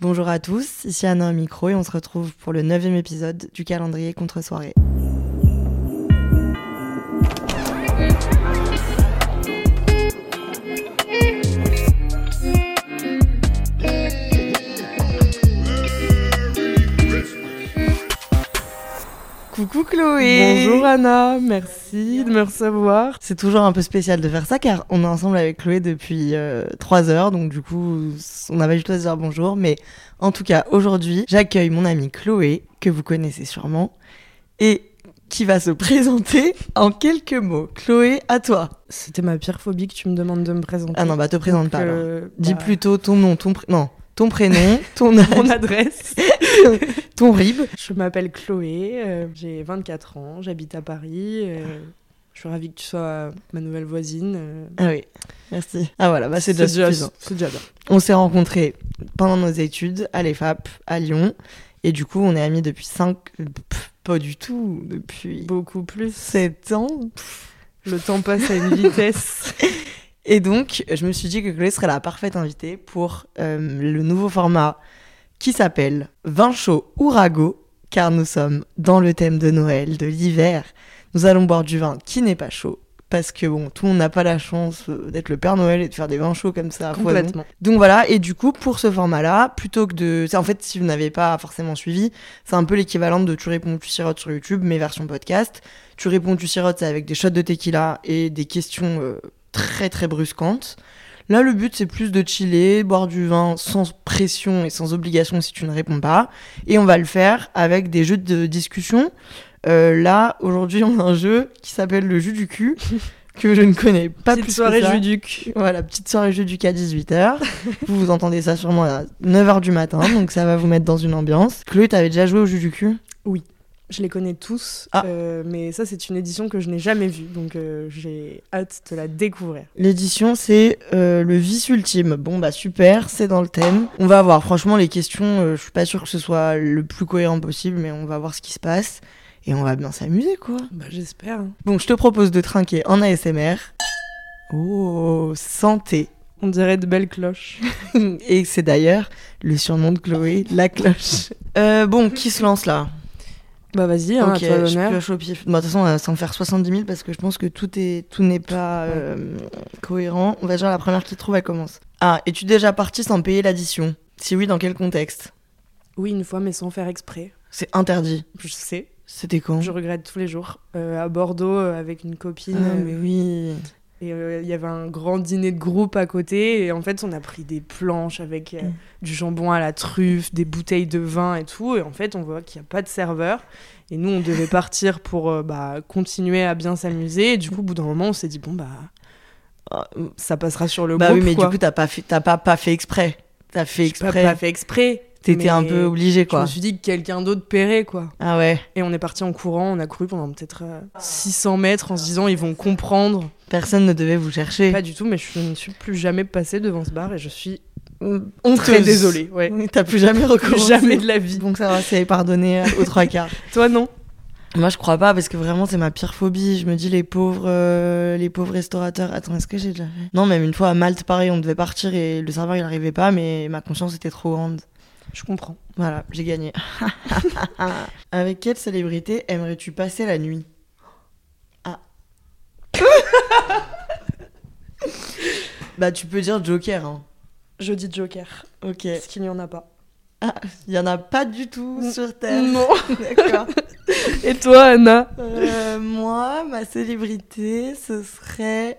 Bonjour à tous, ici Anna au micro et on se retrouve pour le neuvième épisode du calendrier contre-soirée. Coucou Chloé Bonjour Anna, merci de me recevoir. C'est toujours un peu spécial de faire ça car on est ensemble avec Chloé depuis 3 heures, donc du coup on avait juste à se dire bonjour, mais en tout cas aujourd'hui j'accueille mon amie Chloé, que vous connaissez sûrement, et qui va se présenter en quelques mots. Chloé, à toi. C'était ma pire phobie que tu me demandes de me présenter. Ah non, bah te présente Donc, pas. alors. euh, Dis bah, plutôt ton nom, ton, pr- non, ton prénom, ton âge, mon adresse. ton RIB. je m'appelle Chloé, euh, j'ai 24 ans, j'habite à Paris. euh, je suis ravie que tu sois ma nouvelle voisine. euh, Ah oui, merci. Ah voilà, bah c'est déjà suffisant. C'est déjà bien. On s'est rencontrés pendant nos études à l'EFAP, à Lyon. Et du coup, on est amis depuis 5... pas du tout, depuis Beaucoup plus. 7 ans. Le temps passe à une vitesse. Et donc, je me suis dit que Chloé serait la parfaite invitée pour euh, le nouveau format qui s'appelle Vin chaud ou ragot, car nous sommes dans le thème de Noël, de l'hiver. Nous allons boire du vin qui n'est pas chaud, parce que bon, tout le monde n'a pas la chance euh, d'être le Père Noël et de faire des vins chauds comme ça. à foison. Complètement. Donc voilà, et du coup, pour ce format-là, plutôt que de. c'est En fait, si vous n'avez pas forcément suivi, c'est un peu l'équivalent de Tu réponds, tu sirotes sur YouTube, mais version podcast. Tu réponds, tu sirotes, c'est avec des shots de tequila et des questions euh, très très brusquantes. Là, le but, c'est plus de chiller, boire du vin sans pression et sans obligation si tu ne réponds pas. Et on va le faire avec des jeux de discussion. Euh, là, aujourd'hui, on a un jeu qui s'appelle le jus du cul, que je ne connais pas Petite plus que soirée ça. Juduc. Voilà, petite soirée jeu du à 18h. vous vous entendez ça sûrement à 9h du matin, donc ça va vous mettre dans une ambiance. Chloé, t'avais déjà joué au jeu du cul Je les connais tous, Ah. euh, mais ça c'est une édition que je n'ai jamais vue, donc euh, j'ai hâte de la découvrir. L'édition, c'est euh, le vice ultime. Bon, bah super, c'est dans le thème. On va voir, franchement, les questions, euh, je suis pas sûre que ce soit le plus cohérent possible, mais on va voir ce qui se passe. Et on va bien s'amuser, quoi. Bah, J'espère. Donc, je te propose de trinquer en ASMR. Oh, santé. On dirait de belles cloches. Et c'est d'ailleurs le surnom de Chloé, la cloche. Euh, bon, qui se lance là Bah vas-y, hein, Ok, à toi je l'honneur. pioche au pif. Bon, de toute façon, on va s'en faire 70 000 parce que je pense que tout est tout n'est pas euh, cohérent. On va dire la première qui trouve, elle commence. Ah, es-tu déjà parti sans payer l'addition Si oui, dans quel contexte Oui, une fois, mais sans faire exprès. C'est interdit. Je sais, C'était quand je regrette tous les jours. Euh, à Bordeaux, euh, avec une copine, Ah, euh, mais oui. et euh, il y avait un grand dîner de groupe à côté. Et en fait, on a pris des planches avec euh, Mm. du jambon à la truffe, des bouteilles de vin et tout. Et en fait, on voit qu'il n'y a pas de serveur. Et nous, on devait partir pour euh, bah, continuer à bien s'amuser. Et du coup, au bout d'un moment, on s'est dit, bon, bah, Ah, ça passera sur le bah groupe. oui, mais quoi. du coup, t'as pas fait, t'as pas, pas fait exprès. T'as fait J'ai pas, pas exprès. fait exprès. T'étais un mais peu obligé, Je quoi. me suis dit que quelqu'un d'autre paierait, quoi. Ah ouais. Et on est parti en courant, on a couru pendant peut-être euh, 600 mètres en se disant ils vont comprendre. Personne ne devait vous chercher. Pas du tout, mais je ne suis plus jamais passée devant ce bar et je suis On très désolée. Ouais. T'as plus jamais Plus recommencé. jamais de la vie. Donc ça va, c'est pardonné euh, aux trois quarts. Toi non Moi, je crois pas parce que vraiment, c'est ma pire phobie. Je me dis les pauvres, euh, les pauvres restaurateurs. Attends, est-ce que j'ai déjà fait Non, même une fois à Malte, pareil, on devait partir et le serveur il arrivait pas, mais ma conscience était trop grande. Je comprends. Voilà, j'ai gagné. Avec quelle célébrité aimerais-tu passer la nuit Ah. bah, tu peux dire Joker. Hein. Je dis Joker, Ok. parce qu'il n'y en a pas. Il y en a pas du tout sur Terre. Non. D'accord. Et toi Anna Euh, moi, ma célébrité, ce serait.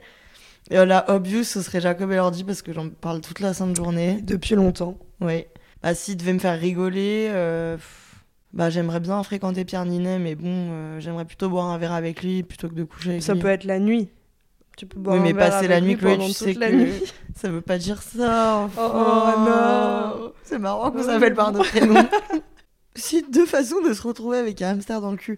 Euh, la obvious, ce serait Jacob Elordi parce que j'en parle toute la sainte journée. Depuis longtemps. Oui. Bah, s'il devait me faire rigoler, euh, pff, bah, j'aimerais bien fréquenter Pierre Ninet, mais bon, euh, j'aimerais plutôt boire un verre avec lui plutôt que de coucher avec Ça lui. peut être la nuit. Tu peux boire Oui, un mais verre passer la avec nuit, lui Chloé, pendant tu sais toute la que- nuit. Ça veut pas dire ça. enfin. Oh, non. Oh. C'est marrant qu'on Oui. s'appelle par notre prénom. C'est deux façons de se retrouver avec un hamster dans le cul.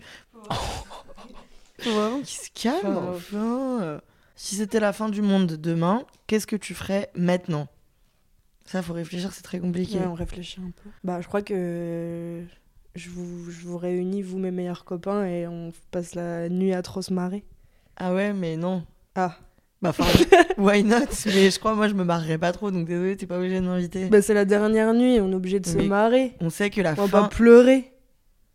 Faut vraiment qu'il se calme, Enfin. enfin. Euh, Si c'était la fin du monde demain, qu'est-ce que tu ferais maintenant Ça, faut réfléchir, c'est très compliqué. Ouais, on réfléchit un peu. Bah, je crois que je vous, je vous réunis, vous, mes meilleurs copains, et on passe la nuit à trop se marrer. Ah ouais, mais non. Ah, Bah, enfin, why not Mais je crois, moi, je me marrerais pas trop, donc désolé, t'es pas obligé de m'inviter. bah, c'est la dernière nuit, on est obligé de se Mais- marrer. On sait que la On va fin, pas pleurer.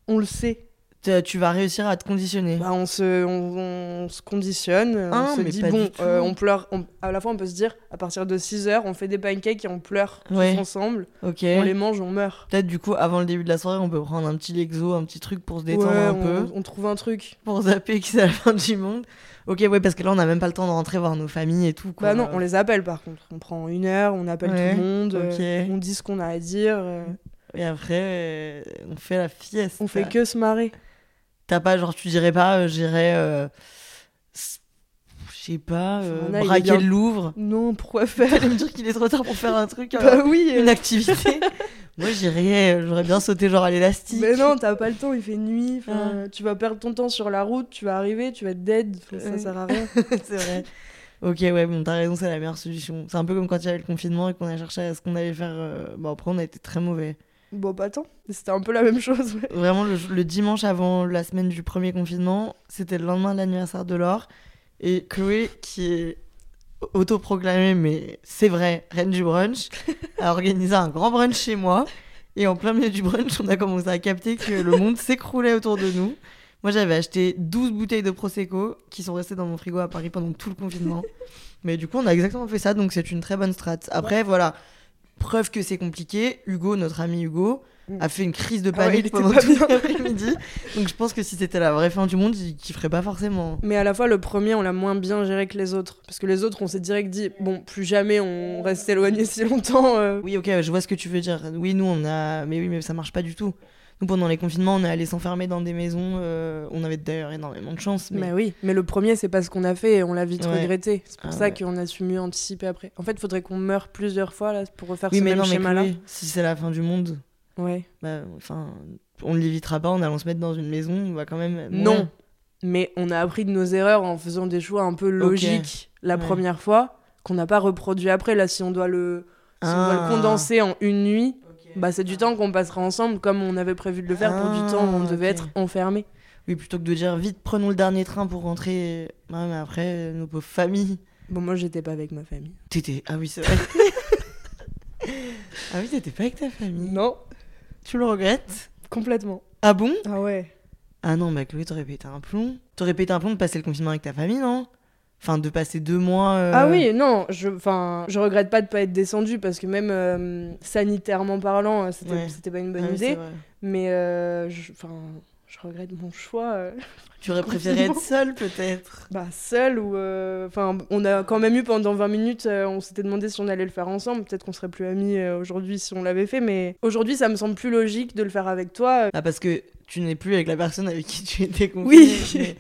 bah, On le sait. t- tu vas réussir à te conditionner. Bah, on, se, on, on se conditionne, euh, Ah, on se mais dit pas bon, du tout. euh, on pleure. on- à la fois, on peut se dire à partir de 6 heures, on fait des pancakes et on pleure tous Ouais. ensemble. ok. On les mange, on meurt. Peut-être du coup avant le début de la soirée on peut prendre un petit Lexo, un petit truc pour se détendre Ouais, un on, peu, on trouve un truc. pour zapper que c'est la fin du monde. Ok ouais parce que là on n'a même pas le temps de rentrer voir nos familles et tout. quoi. Bah non, on les appelle par contre. On prend une heure, on appelle Ouais, tout le monde, ok. euh, on dit ce qu'on a à dire. euh, Et après euh, on fait la fiesta. on fait que se marrer. T'as pas genre tu dirais pas euh, j'irais euh, s- je sais pas euh, Enfin, là, il est braquer bien- le Louvre. Non, pourquoi faire Allez me dire qu'il est trop tard pour faire un truc, Bah alors, oui. euh, une activité. Moi j'irais, euh, j'aurais bien sauté genre à l'élastique. Mais non, t'as pas le temps, il fait nuit. Ah. enfin, Tu vas perdre ton temps sur la route, tu vas arriver, tu vas être dead. enfin, Ouais. Ça sert à rien. c'est vrai. Ok, ouais, bon, t'as raison, c'est la meilleure solution. C'est un peu comme quand il y avait le confinement et qu'on a cherché à ce qu'on allait faire. euh, Bon, après, on a été très mauvais. bon, pas tant. C'était un peu la même chose. ouais. Vraiment, le, le dimanche avant la semaine du premier confinement, c'était le lendemain de l'anniversaire de Laure. Et Chloé, qui est autoproclamée, mais c'est vrai, reine du brunch, a organisé un grand brunch chez moi. Et en plein milieu du brunch, on a commencé à capter que le monde s'écroulait autour de nous. Moi, j'avais acheté 12 bouteilles de Prosecco qui sont restées dans mon frigo à Paris pendant tout le confinement. Mais du coup, on a exactement fait ça, donc c'est une très bonne strat. Après, voilà, preuve que c'est compliqué. Hugo, notre ami Hugo, Mm. a fait une crise de Ah ouais, il panique était pendant pas tout bien. l'après-midi. Donc je pense que si c'était la vraie fin du monde, il kifferait pas forcément. Mais à la fois, le premier, on l'a moins bien géré que les autres. Parce que les autres, on s'est direct dit, bon, plus jamais on reste éloigné si longtemps. euh. Oui, ok, je vois ce que tu veux dire. Oui, nous, on a. Mais oui, mais ça marche pas du tout. Nous, pendant les confinements, on est allé s'enfermer dans des maisons. euh, On avait d'ailleurs énormément de chance. Mais... Mais oui, mais le premier, c'est pas ce qu'on a fait et on l'a vite Ouais. regretté. C'est pour Ah ça ouais. qu'on a su mieux anticiper après. En fait, faudrait qu'on meure plusieurs fois là, pour refaire oui, ce mais même non, mais schéma-là. Chloé, si c'est la fin du monde, Ouais. bah, enfin, on ne l'évitera pas en allant se mettre dans une maison. On va quand même. Non, mais on a appris de nos erreurs en faisant des choix un peu logiques la Ouais. première fois, qu'on n'a pas reproduit après. Là, si on doit le, si on doit Ah. le condenser en une nuit, bah, c'est du temps qu'on passera ensemble comme on avait prévu de le faire pour Ah, du temps où on devait ok. être enfermé. Oui, plutôt que de dire vite, prenons le dernier train pour rentrer. Ouais, mais après, nos pauvres familles. Bon, moi, j'étais pas avec ma famille. T'étais. Ah oui, c'est vrai. ah oui, t'étais pas avec ta famille. Non, Tu le regrettes complètement. Ah bon Ah ouais. Ah non, bah Chloé, t'aurais pété un plomb. T'aurais pété un plomb de passer le confinement avec ta famille, non Enfin, de passer deux mois. euh, Ah oui, non, je, enfin, je regrette pas de pas être descendue parce que même euh, sanitairement parlant, euh, c'était Ouais. c'était pas une ah bonne oui, c'est idée. vrai. Mais euh, je, enfin, je regrette mon choix. euh. Tu aurais préféré être seule, peut-être. bah, seul ou. euh, Enfin, on a quand même eu pendant 20 minutes, euh, on s'était demandé si on allait le faire ensemble. Peut-être qu'on serait plus amis euh, aujourd'hui si on l'avait fait, mais aujourd'hui, ça me semble plus logique de le faire avec toi. euh, Ah, parce que tu n'es plus avec la personne avec qui tu étais confinée. Oui, mais-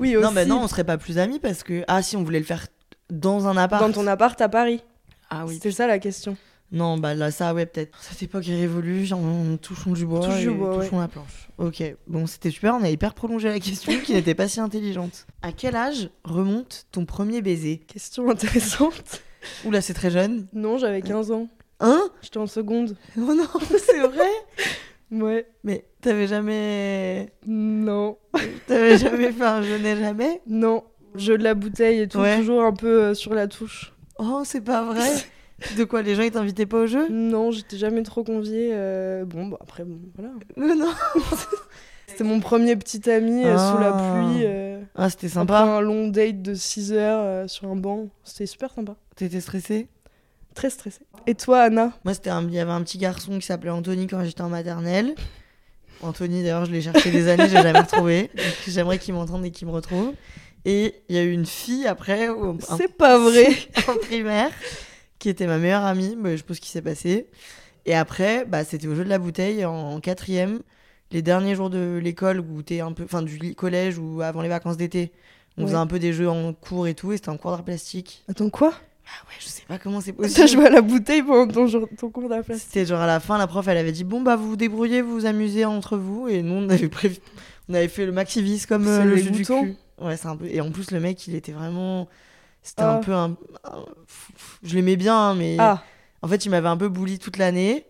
Oui, aussi. non, bah non, on serait pas plus amis parce que. Ah, si, on voulait le faire dans un appart. Dans ton appart à Paris. Ah oui. C'était ça la question. Non, bah là, ça, ouais, peut-être. Cette époque est révolue, genre, on touchons du bois, Touche et du bois, ouais. touchons la planche. Ok, bon, c'était super, on a hyper prolongé la question qui n'était pas si intelligente. À quel âge remonte ton premier baiser Question intéressante. Oula, c'est très jeune. Non, Euh. j'avais 15 ans. Hein J'étais en seconde. Oh non, c'est vrai Ouais. Mais t'avais jamais... Non. T'avais jamais fait un je n'ai jamais Non. Jeu de la bouteille et tout, Ouais. toujours un peu euh, sur la touche. Oh, c'est pas vrai De quoi, les gens, ils t'invitaient pas au jeu Non, j'étais jamais trop conviée. euh, Bon, bah, après, bon, voilà. Non, non. C'était mon premier petit ami euh, sous la Ah. pluie. euh, Ah, c'était après sympa. un long date de 6 heures euh, sur un banc. C'était super sympa. T'étais stressée Très stressée. Et toi, Anna Moi, c'était un- il y avait un petit garçon qui s'appelait Anthony quand j'étais en maternelle. Anthony, d'ailleurs, je l'ai cherché des années, j'ai jamais retrouvé. Donc, J'aimerais qu'il m'entende et qu'il me retrouve. Et il y a eu une fille après, au- en, C'est pas vrai. en primaire, qui était ma meilleure amie. Mais je sais pas ce qui s'est passé. Et après, bah, c'était au jeu de la bouteille en, en quatrième, les derniers jours de l'école où t'es un peu, enfin du li- collège ou avant les vacances d'été, On Ouais. faisait un peu des jeux en cours et tout, et c'était en cours d'art plastique. Attends, quoi Ah ouais, je sais pas comment c'est Ça, je possible. vois la bouteille pendant ton, jour- ton cours d'art plastique. C'était genre à la fin, la prof, elle avait dit Bon, bah, vous vous débrouillez, vous vous amusez entre vous. Et nous, on avait, prévu... on avait fait le maxivis comme euh, C'est le les jeu du boutons. cul. Ouais, c'est un peu. Et en plus, le mec, il était vraiment. C'était un Ah. peu un. un- Je l'aimais bien, hein, mais. Ah, En fait, il m'avait un peu bully toute l'année.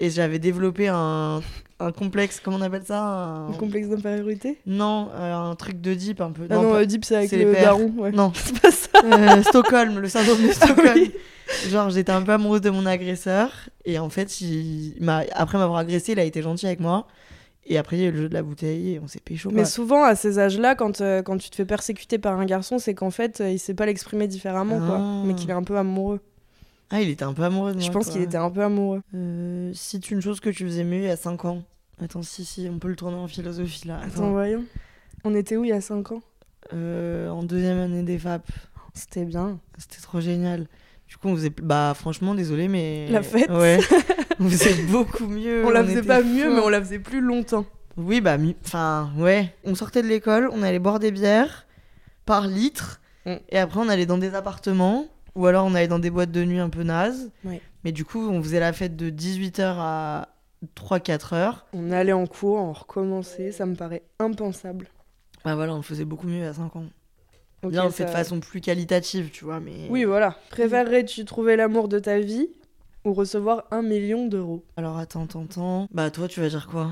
Et j'avais développé un... un complexe, comment on appelle ça un... le complexe d'infériorité Non, euh, un truc de deep un peu. Ah non, pas- euh, Deep, c'est avec c'est les le pères. daron. Ouais. non. C'est pas ça. Euh, Stockholm, le syndrome de Stockholm. Ah oui. Genre, j'étais un peu amoureuse de mon agresseur. Et en fait, il m'a... après m'avoir agressé, il a été gentil avec moi. Et après, il y a eu le jeu de la bouteille et on s'est pécho. Mais quoi. souvent, à ces âges-là, quand, euh, quand tu te fais persécuter par un garçon, c'est qu'en fait, euh, il sait pas l'exprimer différemment, Ah. quoi. Mais qu'il est un peu amoureux. Ah, il était un peu amoureux de moi. je pense quoi. qu'il était un peu amoureux. Euh, cite une chose que tu faisais mieux il y a 5 ans. Attends, si, si, on peut le tourner en philosophie là. Attends, Attends. voyons. On était où il y a 5 ans Euh, en deuxième année des FAP. C'était bien. C'était trop génial. Du coup, on faisait. Bah, franchement, désolé, mais. La fête. Ouais. on faisait beaucoup mieux. on la faisait était pas mieux, forts. mais on la faisait plus longtemps. Oui, bah, mi- enfin, ouais. On sortait de l'école, on allait boire des bières par litre, Mm. et après on allait dans des appartements, ou alors on allait dans des boîtes de nuit un peu nazes. Ouais. Mais du coup, on faisait la fête de 18h à 3-4h. On allait en cours, on recommençait, ça me paraît impensable. Bah voilà, on faisait beaucoup mieux à 5 ans. Ok, Bien, on le fait ça- de façon plus qualitative, tu vois, mais... Oui, voilà. Préférerais-tu trouver l'amour de ta vie ou recevoir un million d'euros Alors attends, attends, attends. Bah toi, tu vas dire quoi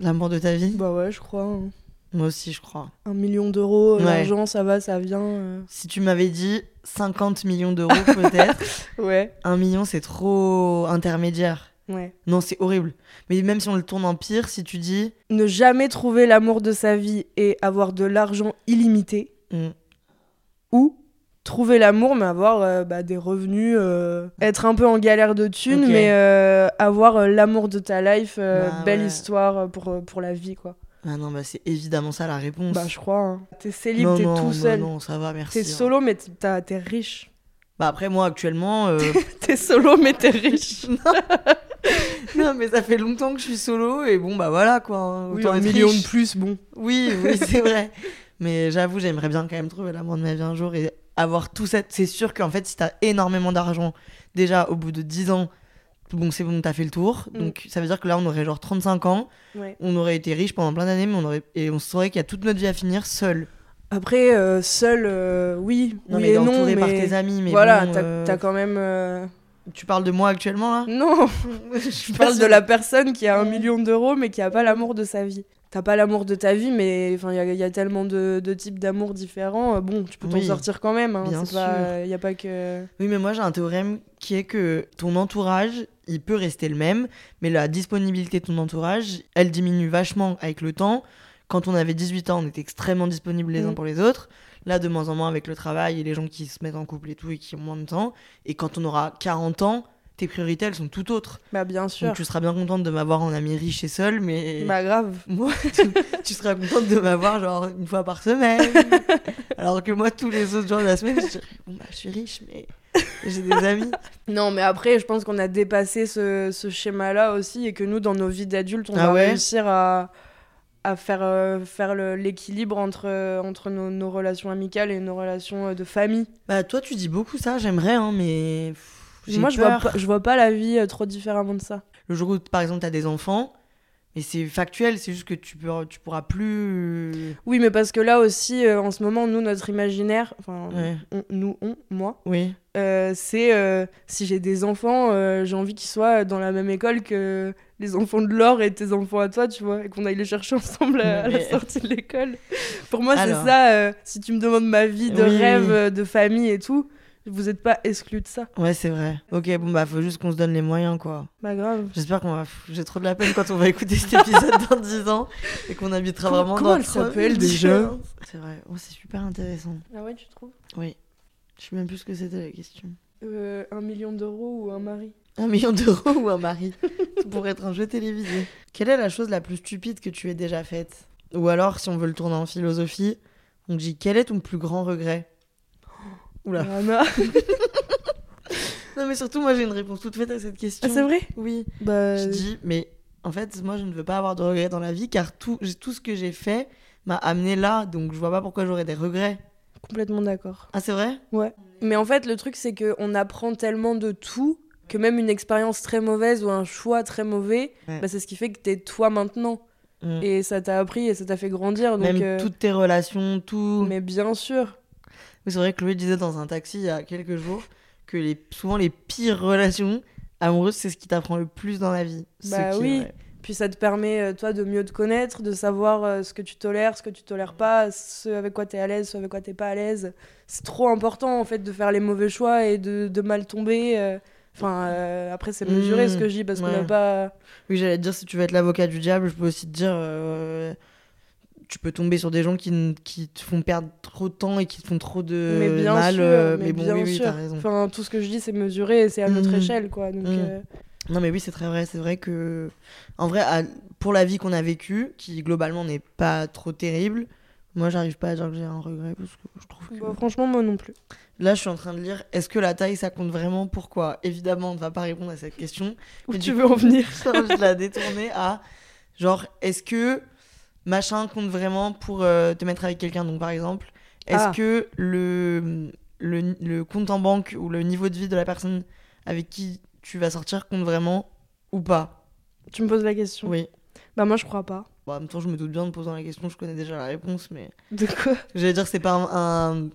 L'amour de ta vie Bah ouais, je crois. hein. Moi aussi, je crois. Un million d'euros, euh, Ouais. l'argent, ça va, ça vient. euh. Si tu m'avais dit 50 millions d'euros, peut-être, Ouais, un million, c'est trop intermédiaire. ouais. Non, c'est horrible. Mais même si on le tourne en pire, si tu dis. Ne jamais trouver l'amour de sa vie et avoir de l'argent illimité hmm, ou trouver l'amour mais avoir euh, bah, des revenus, euh, être un peu en galère de thunes Ok. mais euh, avoir euh, l'amour de ta life, euh, Bah belle ouais. histoire euh, pour, euh, pour la vie quoi. Ah non, bah c'est évidemment ça la réponse. Bah je crois. hein. T'es célib, non, t'es non, tout non, seul. non, ça va, merci. hein. T'es solo mais t- t'as- t'es riche. Bah après, moi actuellement. euh, T'es solo mais t'es riche. non, mais ça fait longtemps que je suis solo et bon, bah voilà quoi. hein, Oui, autant un être million riche. de plus, bon. Oui, oui, c'est vrai. Mais j'avoue, j'aimerais bien quand même trouver l'amour de ma vie un jour et avoir tout ça. C'est sûr qu'en fait, si t'as énormément d'argent, déjà au bout de 10 ans, bon, c'est bon, t'as fait le tour. Mm. Donc ça veut dire que là, on aurait genre 35 ans. Ouais. on aurait été riche pendant plein d'années, mais on aurait et on saurait qu'il y a toute notre vie à finir seul. Après, euh, seul, euh, oui, Non oui mais et non, entouré mais... par tes amis, mais voilà, bon, t'as euh, t'as quand même... euh, tu parles de moi actuellement là. Non, je je parle de la personne qui a un Ouais. million d'euros mais qui a pas l'amour de sa vie. T'as pas l'amour de ta vie, mais enfin, il y, a- il y a tellement de, de types d'amour différents. euh, Bon, tu peux t'en Oui, sortir quand même. Il bien n'y a pas que. Oui, mais moi j'ai un théorème qui est que ton entourage, il peut rester le même, mais la disponibilité de ton entourage, elle diminue vachement avec le temps. Quand on avait 18 ans, on était extrêmement disponibles les uns Mm. pour les autres. Là, de moins en moins avec le travail et les gens qui se mettent en couple et tout et qui ont moins de temps. Et quand on aura 40 ans, tes priorités, elles sont tout autres. Bah, bien sûr. Donc tu seras bien contente de m'avoir en ami riche et seul, mais Bah, grave. moi, tu, tu seras contente de m'avoir genre une fois par semaine. Alors que moi, tous les autres jours de la semaine, je dirais, bon bah, je suis riche, mais j'ai des amis. Non, mais après, je pense qu'on a dépassé ce, ce schéma-là aussi et que nous, dans nos vies d'adultes, on Ah va ouais réussir à, à faire, euh, faire le- l'équilibre entre, euh, entre nos, nos relations amicales et nos relations euh, de famille. Bah toi, tu dis beaucoup ça, j'aimerais, hein, mais pff, j'ai Moi, je vois, peur. pas, je vois pas la vie euh, trop différemment de ça. Le jour où, par exemple, t'as des enfants, mais c'est factuel, c'est juste que tu, peux, tu pourras plus... Oui, mais parce que là aussi, euh, en ce moment, nous, notre imaginaire, enfin, Ouais. on- nous, on, moi, Oui. euh, c'est euh, si j'ai des enfants, euh, j'ai envie qu'ils soient dans la même école que les enfants de Laure et tes enfants à toi, tu vois, et qu'on aille les chercher ensemble à, à Mais- la sortie de l'école. Pour moi, c'est Alors. ça. euh, si tu me demandes ma vie de Oui, rêve, oui. euh, de famille et tout, vous n'êtes pas exclus de ça. Ouais, c'est vrai. Ok, bon, bah faut juste qu'on se donne les moyens, quoi. Bah grave. J'espère qu'on va... pff, J'ai trop de la peine quand on va écouter cet épisode dans 10 ans et qu'on habitera Comment- vraiment comment dans elle trois s'appelle villes déjà différentes. C'est vrai, Oh, c'est super intéressant. Ah ouais, tu trouves Oui. Je sais même plus ce que c'était la question. Euh, Un million d'euros ou un mari Un million d'euros ou un mari Ça pourrait être un jeu télévisé. Quelle est la chose la plus stupide que tu aies déjà faite Ou alors, si on veut le tourner en philosophie, on dit quel est ton plus grand regret Oula. Non, mais surtout, moi j'ai une réponse toute faite à cette question. Ah, c'est vrai Oui. Bah. Je dis, mais en fait, moi je ne veux pas avoir de regrets dans la vie car tout, j'ai- tout ce que j'ai fait m'a amené là, donc je vois pas pourquoi j'aurais des regrets. Bah, Complètement d'accord. Ah, c'est vrai Ouais. Mais en fait, le truc, c'est qu'on apprend tellement de tout que même une expérience très mauvaise ou un choix très mauvais, Ouais. bah, c'est ce qui fait que t'es toi maintenant. Mm. Et ça t'a appris et ça t'a fait grandir. Donc, Même euh, toutes tes relations, tout. Mais bien sûr. Oui, C'est vrai que Chloé disait dans un taxi il y a quelques jours que les, souvent les pires relations amoureuses, c'est ce qui t'apprend le plus dans la vie. Ce Bah qui est oui. vrai. Puis ça te permet, euh, toi, de mieux te connaître, de savoir euh, ce que tu tolères, ce que tu tolères pas, ce avec quoi t'es à l'aise, ce avec quoi t'es pas à l'aise. C'est trop important, en fait, de faire les mauvais choix et de, de mal tomber. euh. Enfin, euh, après, c'est mesuré Mm. ce que je dis parce qu'on Ouais. n'a pas. Oui, j'allais te dire, si tu veux être l'avocat du diable, je peux aussi te dire. euh, tu peux tomber sur des gens qui, n- qui te font perdre trop de temps et qui te font trop de mais bien mal. sûr, euh, mais, mais, bon, bien oui, oui, sûr. t'as raison. Enfin, tout ce que je dis, c'est mesuré et c'est à notre Mhm. échelle, quoi. Donc, Mhm. euh, Non, mais oui, c'est très vrai. C'est vrai que, en vrai, à- pour la vie qu'on a vécue, qui globalement n'est pas trop terrible, moi, j'arrive pas à dire que j'ai un regret parce que je trouve que. bah, franchement, moi non plus. Là, je suis en train de lire est-ce que la taille ça compte vraiment Pourquoi Évidemment, on ne va pas répondre à cette question. Où Mais tu du veux en coup, euh, venir Je la détourner à genre est-ce que machin compte vraiment pour euh, te mettre avec quelqu'un Donc, par exemple, est-ce Ah. que le, le, le compte en banque ou le niveau de vie de la personne avec qui tu vas sortir compte vraiment ou pas Tu me poses la question. Oui. Bah, moi, je crois pas. Bon, en même temps, je me doute bien de poser la question, je connais déjà la réponse, mais. De quoi J'allais dire que c'est pas un, un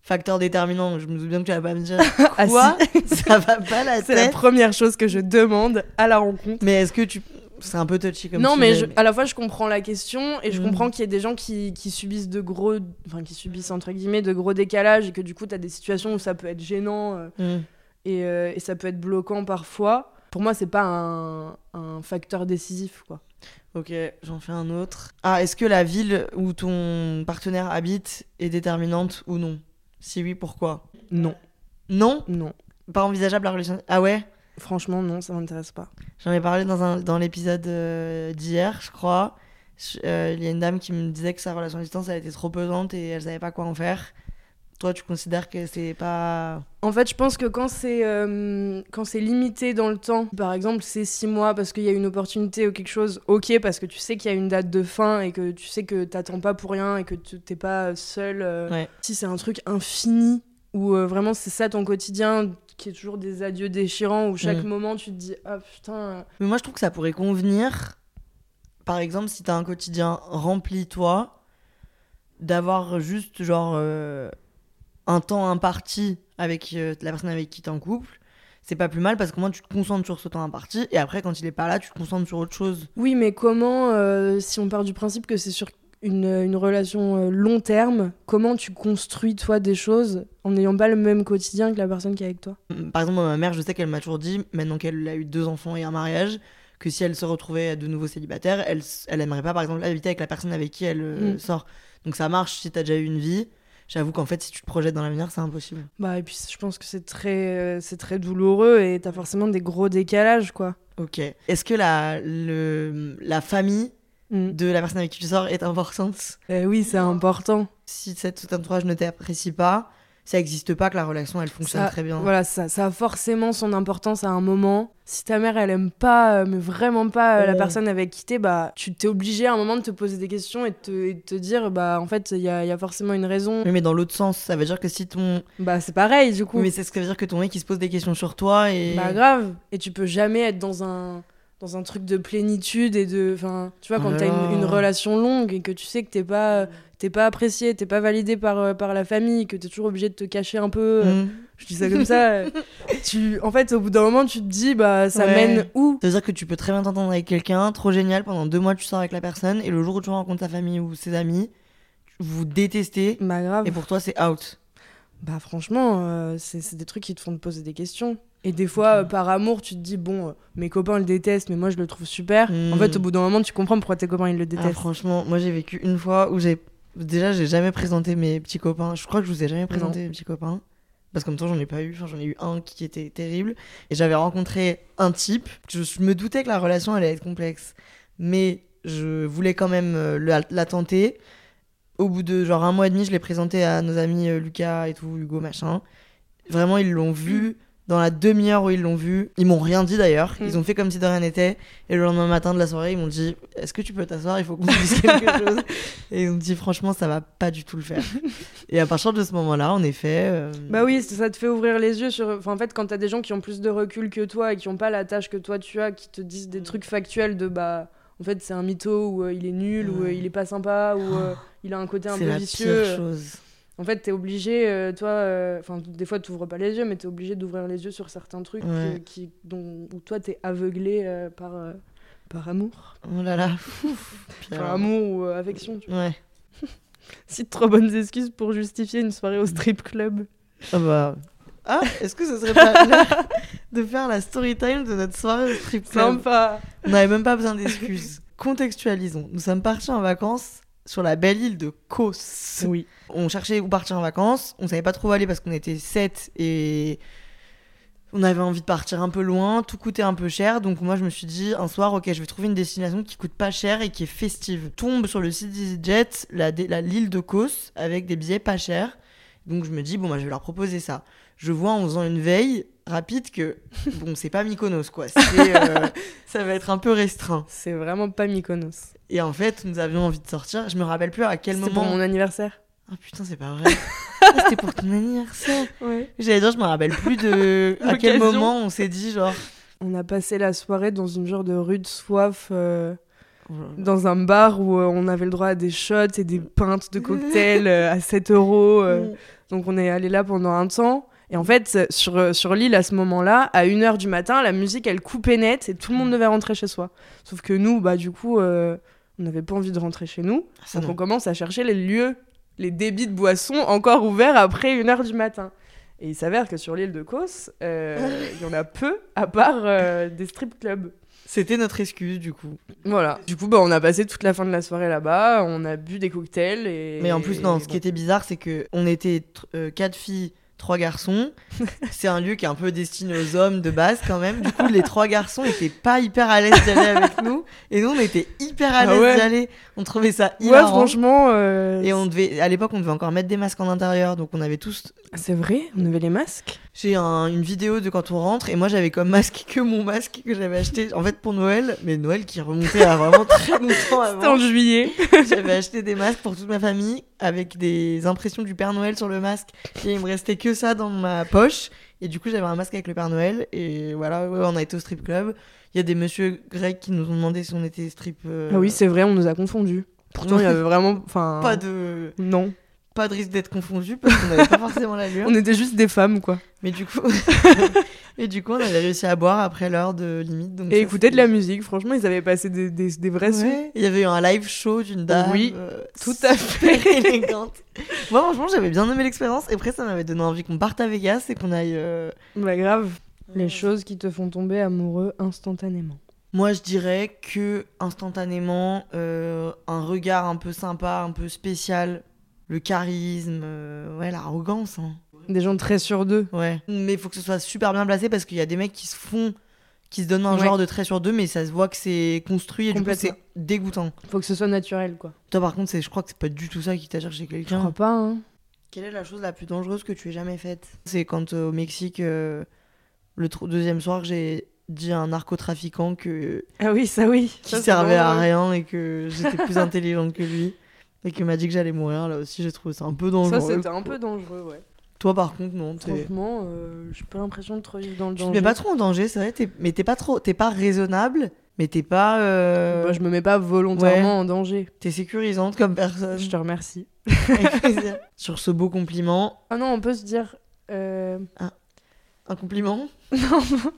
facteur déterminant. Je me doute bien que tu vas pas me dire Ah, quoi Ça va pas la C'est la tête. première chose que je demande à la rencontre. Mais est-ce que tu c'est un peu touchy comme non, sujet, mais je- à la fois, je comprends la question et je Mm. comprends qu'il y ait des gens qui, qui subissent de gros, enfin, qui subissent entre guillemets de gros décalages et que du coup, t'as des situations où ça peut être gênant euh, Mm. et, euh, et ça peut être bloquant parfois. Pour moi, c'est pas un, un facteur décisif, quoi. Ok, j'en fais un autre. Ah, est-ce que la ville où ton partenaire habite est déterminante ou non Si oui, pourquoi Non, Non non. Pas envisageable la relation. Ah ouais Franchement, non, ça m'intéresse pas. J'en ai parlé dans, un- dans l'épisode euh, d'hier, je crois. Je- euh, Il y a une dame qui me disait que sa relation à distance, elle était trop pesante et elle savait pas quoi en faire. Toi, tu considères que c'est pas. En fait, je pense que quand c'est euh, quand c'est limité dans le temps, par exemple, c'est six mois parce qu'il y a une opportunité ou quelque chose, ok, parce que tu sais qu'il y a une date de fin et que tu sais que t'attends pas pour rien et que tu- t'es pas seul. euh, Ouais. Si c'est un truc infini où euh, vraiment c'est ça ton quotidien, qui est toujours des adieux déchirants où chaque Mm. moment tu te dis ah putain. euh, Mais moi, je trouve que ça pourrait convenir, par exemple, si t'as un quotidien rempli, toi, d'avoir juste, genre, euh, un temps imparti avec euh, la personne avec qui t'es en couple. C'est pas plus mal parce que moi, tu te concentres sur ce temps imparti et après, quand il est pas là, tu te concentres sur autre chose. Oui, mais comment, euh, si on part du principe que c'est sur une, une relation euh, long terme, comment tu construis toi des choses en n'ayant pas le même quotidien que la personne qui est avec toi? Par exemple, moi, ma mère, je sais qu'elle m'a toujours dit, maintenant qu'elle a eu deux enfants et un mariage, que si elle se retrouvait de nouveau célibataire, elle, s- elle aimerait pas, par exemple, habiter avec la personne avec qui elle euh, Mm. sort. Donc ça marche si t'as déjà eu une vie. J'avoue qu'en fait, si tu te projettes dans l'avenir, c'est impossible. Bah et puis je pense que c'est très euh, c'est très douloureux et t'as forcément des gros décalages quoi. Ok. Est-ce que la, le, la famille de la personne avec qui tu sors est importante Euh, Mm. oui c'est important. Si cette sous-thème 3, je ne t'apprécie pas, ça n'existe pas que la relation, elle fonctionne Ça- très bien. Voilà ça ça a forcément son importance à un moment. Si ta mère elle aime pas euh, mais vraiment pas euh, la Ouais. personne avec qui t'es bah tu t'es obligé à un moment de te poser des questions et de te, et de te dire bah en fait il y a, il y a forcément une raison. Oui, mais dans l'autre sens, ça veut dire que si ton. Bah c'est pareil du coup. Oui, mais c'est ce que ça veut dire que ton mec, il se pose des questions sur toi et. Bah grave et tu peux jamais être dans un dans un truc de plénitude et de enfin tu vois Oh quand là t'as une, là. une relation longue et que tu sais que t'es pas t'es pas apprécié t'es pas validé par euh, par la famille que t'es toujours obligé de te cacher un peu euh, Mm. je dis ça comme ça euh, tu en fait au bout d'un moment tu te dis bah ça Ouais. mène où Ça veut dire que tu peux très bien t'entendre avec quelqu'un, trop génial, pendant deux mois tu sors avec la personne, et le jour où tu rencontres ta famille ou ses amis, vous détestez, bah grave et pour toi c'est out. bah franchement euh, c'est c'est des trucs qui te font te poser des questions et des fois euh, par amour tu te dis bon euh, mes copains le détestent mais moi je le trouve super en Mm. fait au bout d'un moment tu comprends pourquoi tes copains ils le Ah, détestent franchement, moi j'ai vécu une fois où j'ai. Déjà, j'ai jamais présenté mes petits copains. Je crois que je vous ai jamais présenté mes petits copains. Parce qu'en même temps, j'en ai pas eu. Enfin, j'en ai eu un qui était terrible. Et j'avais rencontré un type. Je je me doutais que la relation allait être complexe. Mais je voulais quand même euh, le- la tenter. Au bout de genre un mois et demi, je l'ai présenté à nos amis euh, Lucas et tout, Hugo, machin. Vraiment, ils l'ont vu Dans la demi-heure où ils l'ont vu, ils m'ont rien dit d'ailleurs. Mm. Ils ont fait comme si de rien n'était. Et le lendemain matin de la soirée, ils m'ont dit Est-ce que tu peux t'asseoir Il faut qu'on dise quelque chose. Et ils ont dit Franchement, ça va pas du tout le faire. et à partir de ce moment-là, en effet. euh, Bah oui, c'est- ça te fait ouvrir les yeux sur. Enfin, en fait, quand t'as des gens qui ont plus de recul que toi et qui ont pas la tâche que toi tu as, qui te disent Mm. des trucs factuels de bah. En fait, c'est un mytho ou euh, il est nul ou euh, Ouais. il est pas sympa ou euh, il a un côté un Mm. Oh, c'est euh. peu la vicieux. pire chose. En fait, t'es obligé, euh, toi, euh, enfin, des fois, t'ouvres pas les yeux, mais t'es obligé d'ouvrir les yeux sur certains trucs Ouais. euh, qui, dont, où toi, t'es aveuglé euh, par, euh, par amour. Oh là là. Pire. Enfin, amour ou euh, affection. Tu vois. Ouais. Cite trop bonnes excuses pour justifier une soirée au strip club. Ah bah. Ah, est-ce que ce serait pas l'heure de faire la story time de notre soirée au strip club Sympa On n'avait même pas besoin d'excuses. Contextualisons. Nous sommes partis en vacances sur la belle île de Kos. Oui. On cherchait où partir en vacances. On savait pas trop où aller parce qu'on était 7 et on avait envie de partir un peu loin. Tout coûtait un peu cher. Donc moi, je me suis dit un soir, ok, je vais trouver une destination qui coûte pas cher et qui est festive. Tombe sur le site EasyJet, la dé- la- l'île de Kos, avec des billets pas chers. Donc je me dis, bon, bah, je vais leur proposer ça. Je vois en faisant une veille rapide que, bon, c'est pas Mykonos, quoi. C'est, euh, ça va être un peu restreint. C'est vraiment pas Mykonos. Et en fait, nous avions envie de sortir. Je me rappelle plus à quel C'était moment. pour mon anniversaire. Ah putain, c'est pas vrai. Ah, C'était pour ton anniversaire. J'allais dire, je me rappelle plus de à quel L'occasion. moment on s'est dit genre. On a passé la soirée dans une genre de rude soif, euh, dans un bar où euh, on avait le droit à des shots et des pintes de cocktails euh, à 7 euros. euh, Donc on est allé là pendant un temps. Et en fait, euh, sur, euh, sur l'île, à ce moment-là, à 1h du matin, la musique, elle coupait net et tout le monde devait rentrer chez soi. Sauf que nous, bah du coup, euh, on n'avait pas envie de rentrer chez nous. Ah, ça, Donc on non. commence à chercher les lieux, les débits de boissons encore ouverts après 1h du matin. Et il s'avère que sur l'île de Kos, euh, il y en a peu, à part euh, des strip clubs. C'était notre excuse du coup. Voilà. Du coup, bah, on a passé toute la fin de la soirée là-bas, on a bu des cocktails et... Mais en plus non, ce et qui était bizarre, c'est que on était tr- euh, quatre filles, trois garçons. c'est un lieu qui est un peu destiné aux hommes de base quand même. Du coup, les trois garçons étaient pas hyper à l'aise d'y aller avec nous, et nous on était hyper à Ah l'aise ouais. d'y aller. On trouvait ça Ouais, hilarant. franchement... euh, Et on devait, à l'époque, on devait encore mettre des masques en intérieur, donc on avait tous C'est vrai, on avait les masques. J'ai un- une vidéo de quand on rentre et moi j'avais comme masque que mon masque que j'avais acheté en fait pour Noël, mais Noël qui remontait à vraiment très longtemps C'était en avant. juillet. J'avais acheté des masques pour toute ma famille avec des impressions du Père Noël sur le masque et il me restait que ça dans ma poche et du coup j'avais un masque avec le Père Noël et voilà ouais, on a été au strip club. Il y a des monsieur grecs qui nous ont demandé si on était strip. euh, Ah oui, c'est vrai, on nous a confondus. Pourtant, il y avait vraiment... Enfin... pas de Non. pas de risque d'être confondu parce qu'on n'avait pas forcément l'allure. On était juste des femmes, quoi. Mais du coup mais du coup on avait réussi à boire après l'heure de limite donc Et ça, écouter de c'était- la musique, franchement, ils avaient passé des, des, des vrais sons. Ouais, Il y avait eu un live show d'une dame. Oui, euh, tout à super élégante. Moi, franchement, j'avais bien aimé l'expérience. Et après, ça m'avait donné envie qu'on parte à Vegas et qu'on aille. euh, Bah grave. Les choses qui te font tomber amoureux instantanément. Moi, je dirais que instantanément, euh, un regard un peu sympa, un peu spécial, le charisme, euh, ouais, l'arrogance. hein. Des gens très sur deux. Ouais. Mais il faut que ce soit super bien placé parce qu'il y a des mecs qui se font, qui se donnent un Ouais. genre de trait sur deux, mais ça se voit que c'est construit et du coup, c'est Complètement. dégoûtant. Faut que ce soit naturel, quoi. Toi, par contre, c'est- je crois que c'est pas du tout ça qui t'attire chez Je quelqu'un. crois pas, hein. Quelle est la chose la plus dangereuse que tu aies jamais faite C'est quand euh, au Mexique, euh, le tro- deuxième soir, j'ai dit à un narcotrafiquant que Ah oui, ça oui. qui Ça, c'est servait à dangereux. rien et que j'étais plus intelligente que lui et qui m'a dit que j'allais mourir. Là aussi, j'ai trouvé ça un peu dangereux. Ça, c'était un peu dangereux, ouais. Toi, par contre, non. t'es- Franchement, euh, j'ai pas l'impression de trop vivre dans le Tu te danger. mets pas trop en danger, c'est vrai. t'es- Mais t'es pas trop, t'es pas raisonnable, mais t'es pas, euh, Moi, Bah, je me mets pas volontairement en danger. t'es sécurisante comme personne. Je te remercie. Avec plaisir. Sur ce beau compliment, Ah non, on peut se dire... euh, un compliment.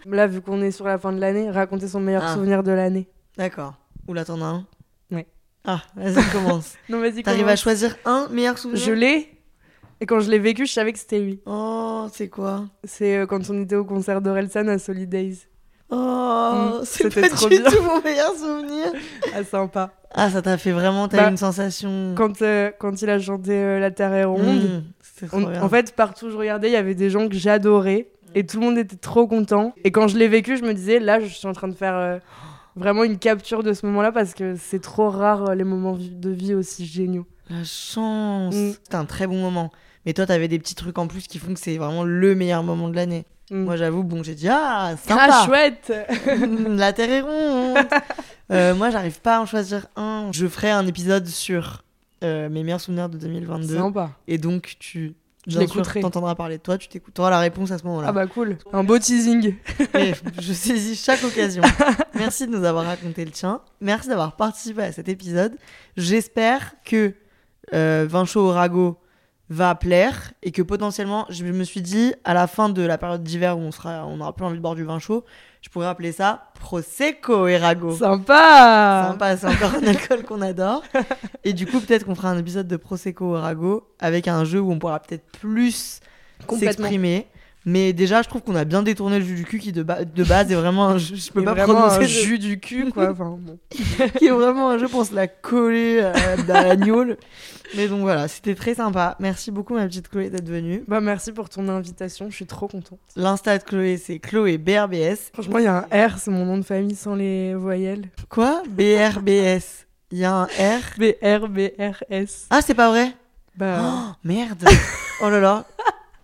Là, vu qu'on est sur la fin de l'année, raconter son meilleur Ah. souvenir de l'année. D'accord. Ou là, t'en as un. Ouais. Ah, vas-y, commence. Non, vas-y, T'arrives à commence. choisir un meilleur souvenir Je l'ai. Et quand je l'ai vécu, je savais que c'était lui. Oh, c'est quoi C'est euh, quand on était au concert d'Orelsan à Solidays. Oh, Mm, c'est c'était pas trop du bien. tout mon meilleur souvenir. Ah, sympa. Ah, ça t'a fait vraiment, t'as Bah, eu une Mm. sensation. Quand, euh, quand il a chanté euh, La Terre est ronde, Mm, c'est trop on- bien. en fait, partout où je regardais, il y avait des gens que j'adorais. Mm. Et tout le monde était trop content. Et quand je l'ai vécu, je me disais, là, je suis en train de faire euh, vraiment une capture de ce moment-là parce que c'est trop rare euh, les moments vi- de vie aussi géniaux. La chance. Mm. C'était un très bon moment. Mais toi, t'avais des petits trucs en plus qui font que c'est vraiment le meilleur moment de l'année. Mm. Moi, j'avoue, bon, j'ai dit, ah, sympa. Hmm. Hmm, Ah, chouette La Terre est ronde. Euh, moi, j'arrive pas à en choisir un. Je ferai un épisode sur euh, mes meilleurs souvenirs de 2022. Sympa. Et donc, tu Je bien sûr, l'écouterai. t'entendras parler de toi, tu t'écouteras la réponse à ce moment-là. Ah bah cool. Un beau teasing. Mais je saisis chaque occasion. Merci de nous avoir raconté le tien. Merci d'avoir participé à cet épisode. J'espère que euh, Vin chaud au ragot va plaire et que potentiellement, je me suis dit, à la fin de la période d'hiver où on sera, on n'aura plus envie de boire du vin chaud, je pourrais appeler ça Prosecco et ragot. Euh. Sympa. Sympa, c'est encore un alcool qu'on adore. Et du coup, peut-être qu'on fera un épisode de Prosecco au ragot avec un jeu où on pourra peut-être plus Complètement. s'exprimer. Mais déjà, je trouve qu'on a bien détourné le jus du cul qui, de, ba- de base, est vraiment un jeu. Je peux Mais pas vraiment prononcer un le jus du cul quoi. Enfin, bon. qui est vraiment un jeu pour se la coller à la gnôle. Mais donc voilà, c'était très sympa. Merci beaucoup, ma petite Chloé, d'être venue. Bah merci pour ton invitation. Je suis trop contente. L'insta de Chloé, c'est Chloé BRBS. Franchement, il y a un R, c'est mon nom de famille sans les voyelles. Quoi BRBS. Il y a un R. B R B R S. Ah, c'est pas vrai Bah Oh merde Oh là là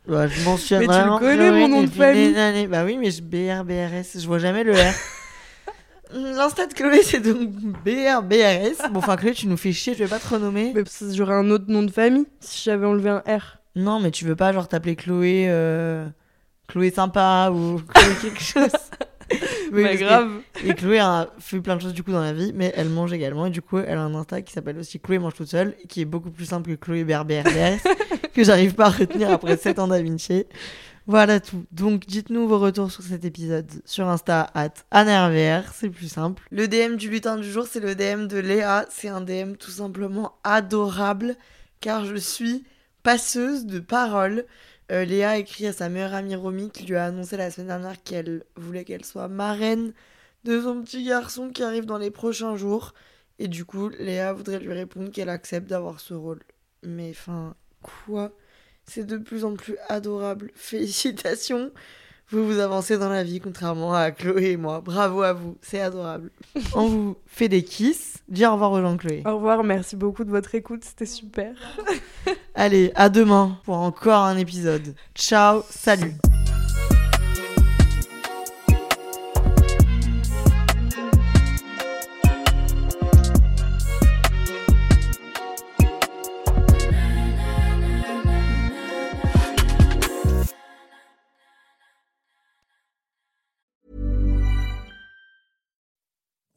Bah, Je m'en souviens Mais tu le vraiment, connais, Chloé, mon nom de depuis des famille. années. Bah oui, mais je BRBRS, je vois jamais le R. L'insta de Chloé, c'est donc BRBRS. Bon, enfin, Chloé, tu nous fais chier, je vais pas te renommer. mais parce que j'aurais un autre nom de famille si j'avais enlevé un R. Non, mais tu veux pas, genre, t'appeler Chloé... euh, Chloé sympa ou Chloé quelque chose. Oui, parce mais que- Bah, grave. Et Chloé a fait plein de choses du coup dans la vie, mais elle mange également. Et du coup, elle a un Insta qui s'appelle aussi Chloé mange toute seule, qui est beaucoup plus simple que Chloé BRBRBS, que j'arrive pas à retenir après 7 ans d'amitié. Voilà tout. Donc, dites-nous vos retours sur cet épisode sur Insta, at AnnaRVR, c'est plus simple. Le DM du lutin du jour, c'est le DM de Léa. C'est un DM tout simplement adorable, car je suis passeuse de paroles. Euh, Léa a écrit à sa meilleure amie Romy, qui lui a annoncé la semaine dernière qu'elle voulait qu'elle soit marraine de son petit garçon qui arrive dans les prochains jours. Et du coup, Léa voudrait lui répondre qu'elle accepte d'avoir ce rôle. Mais enfin, quoi C'est de plus en plus adorable. Félicitations Vous vous avancez dans la vie, contrairement à Chloé et moi. Bravo à vous, c'est adorable. On vous fait des kisses. Dis au revoir aux gens, Chloé. Au revoir, merci beaucoup de votre écoute, c'était super. Allez, à demain pour encore un épisode. Ciao, salut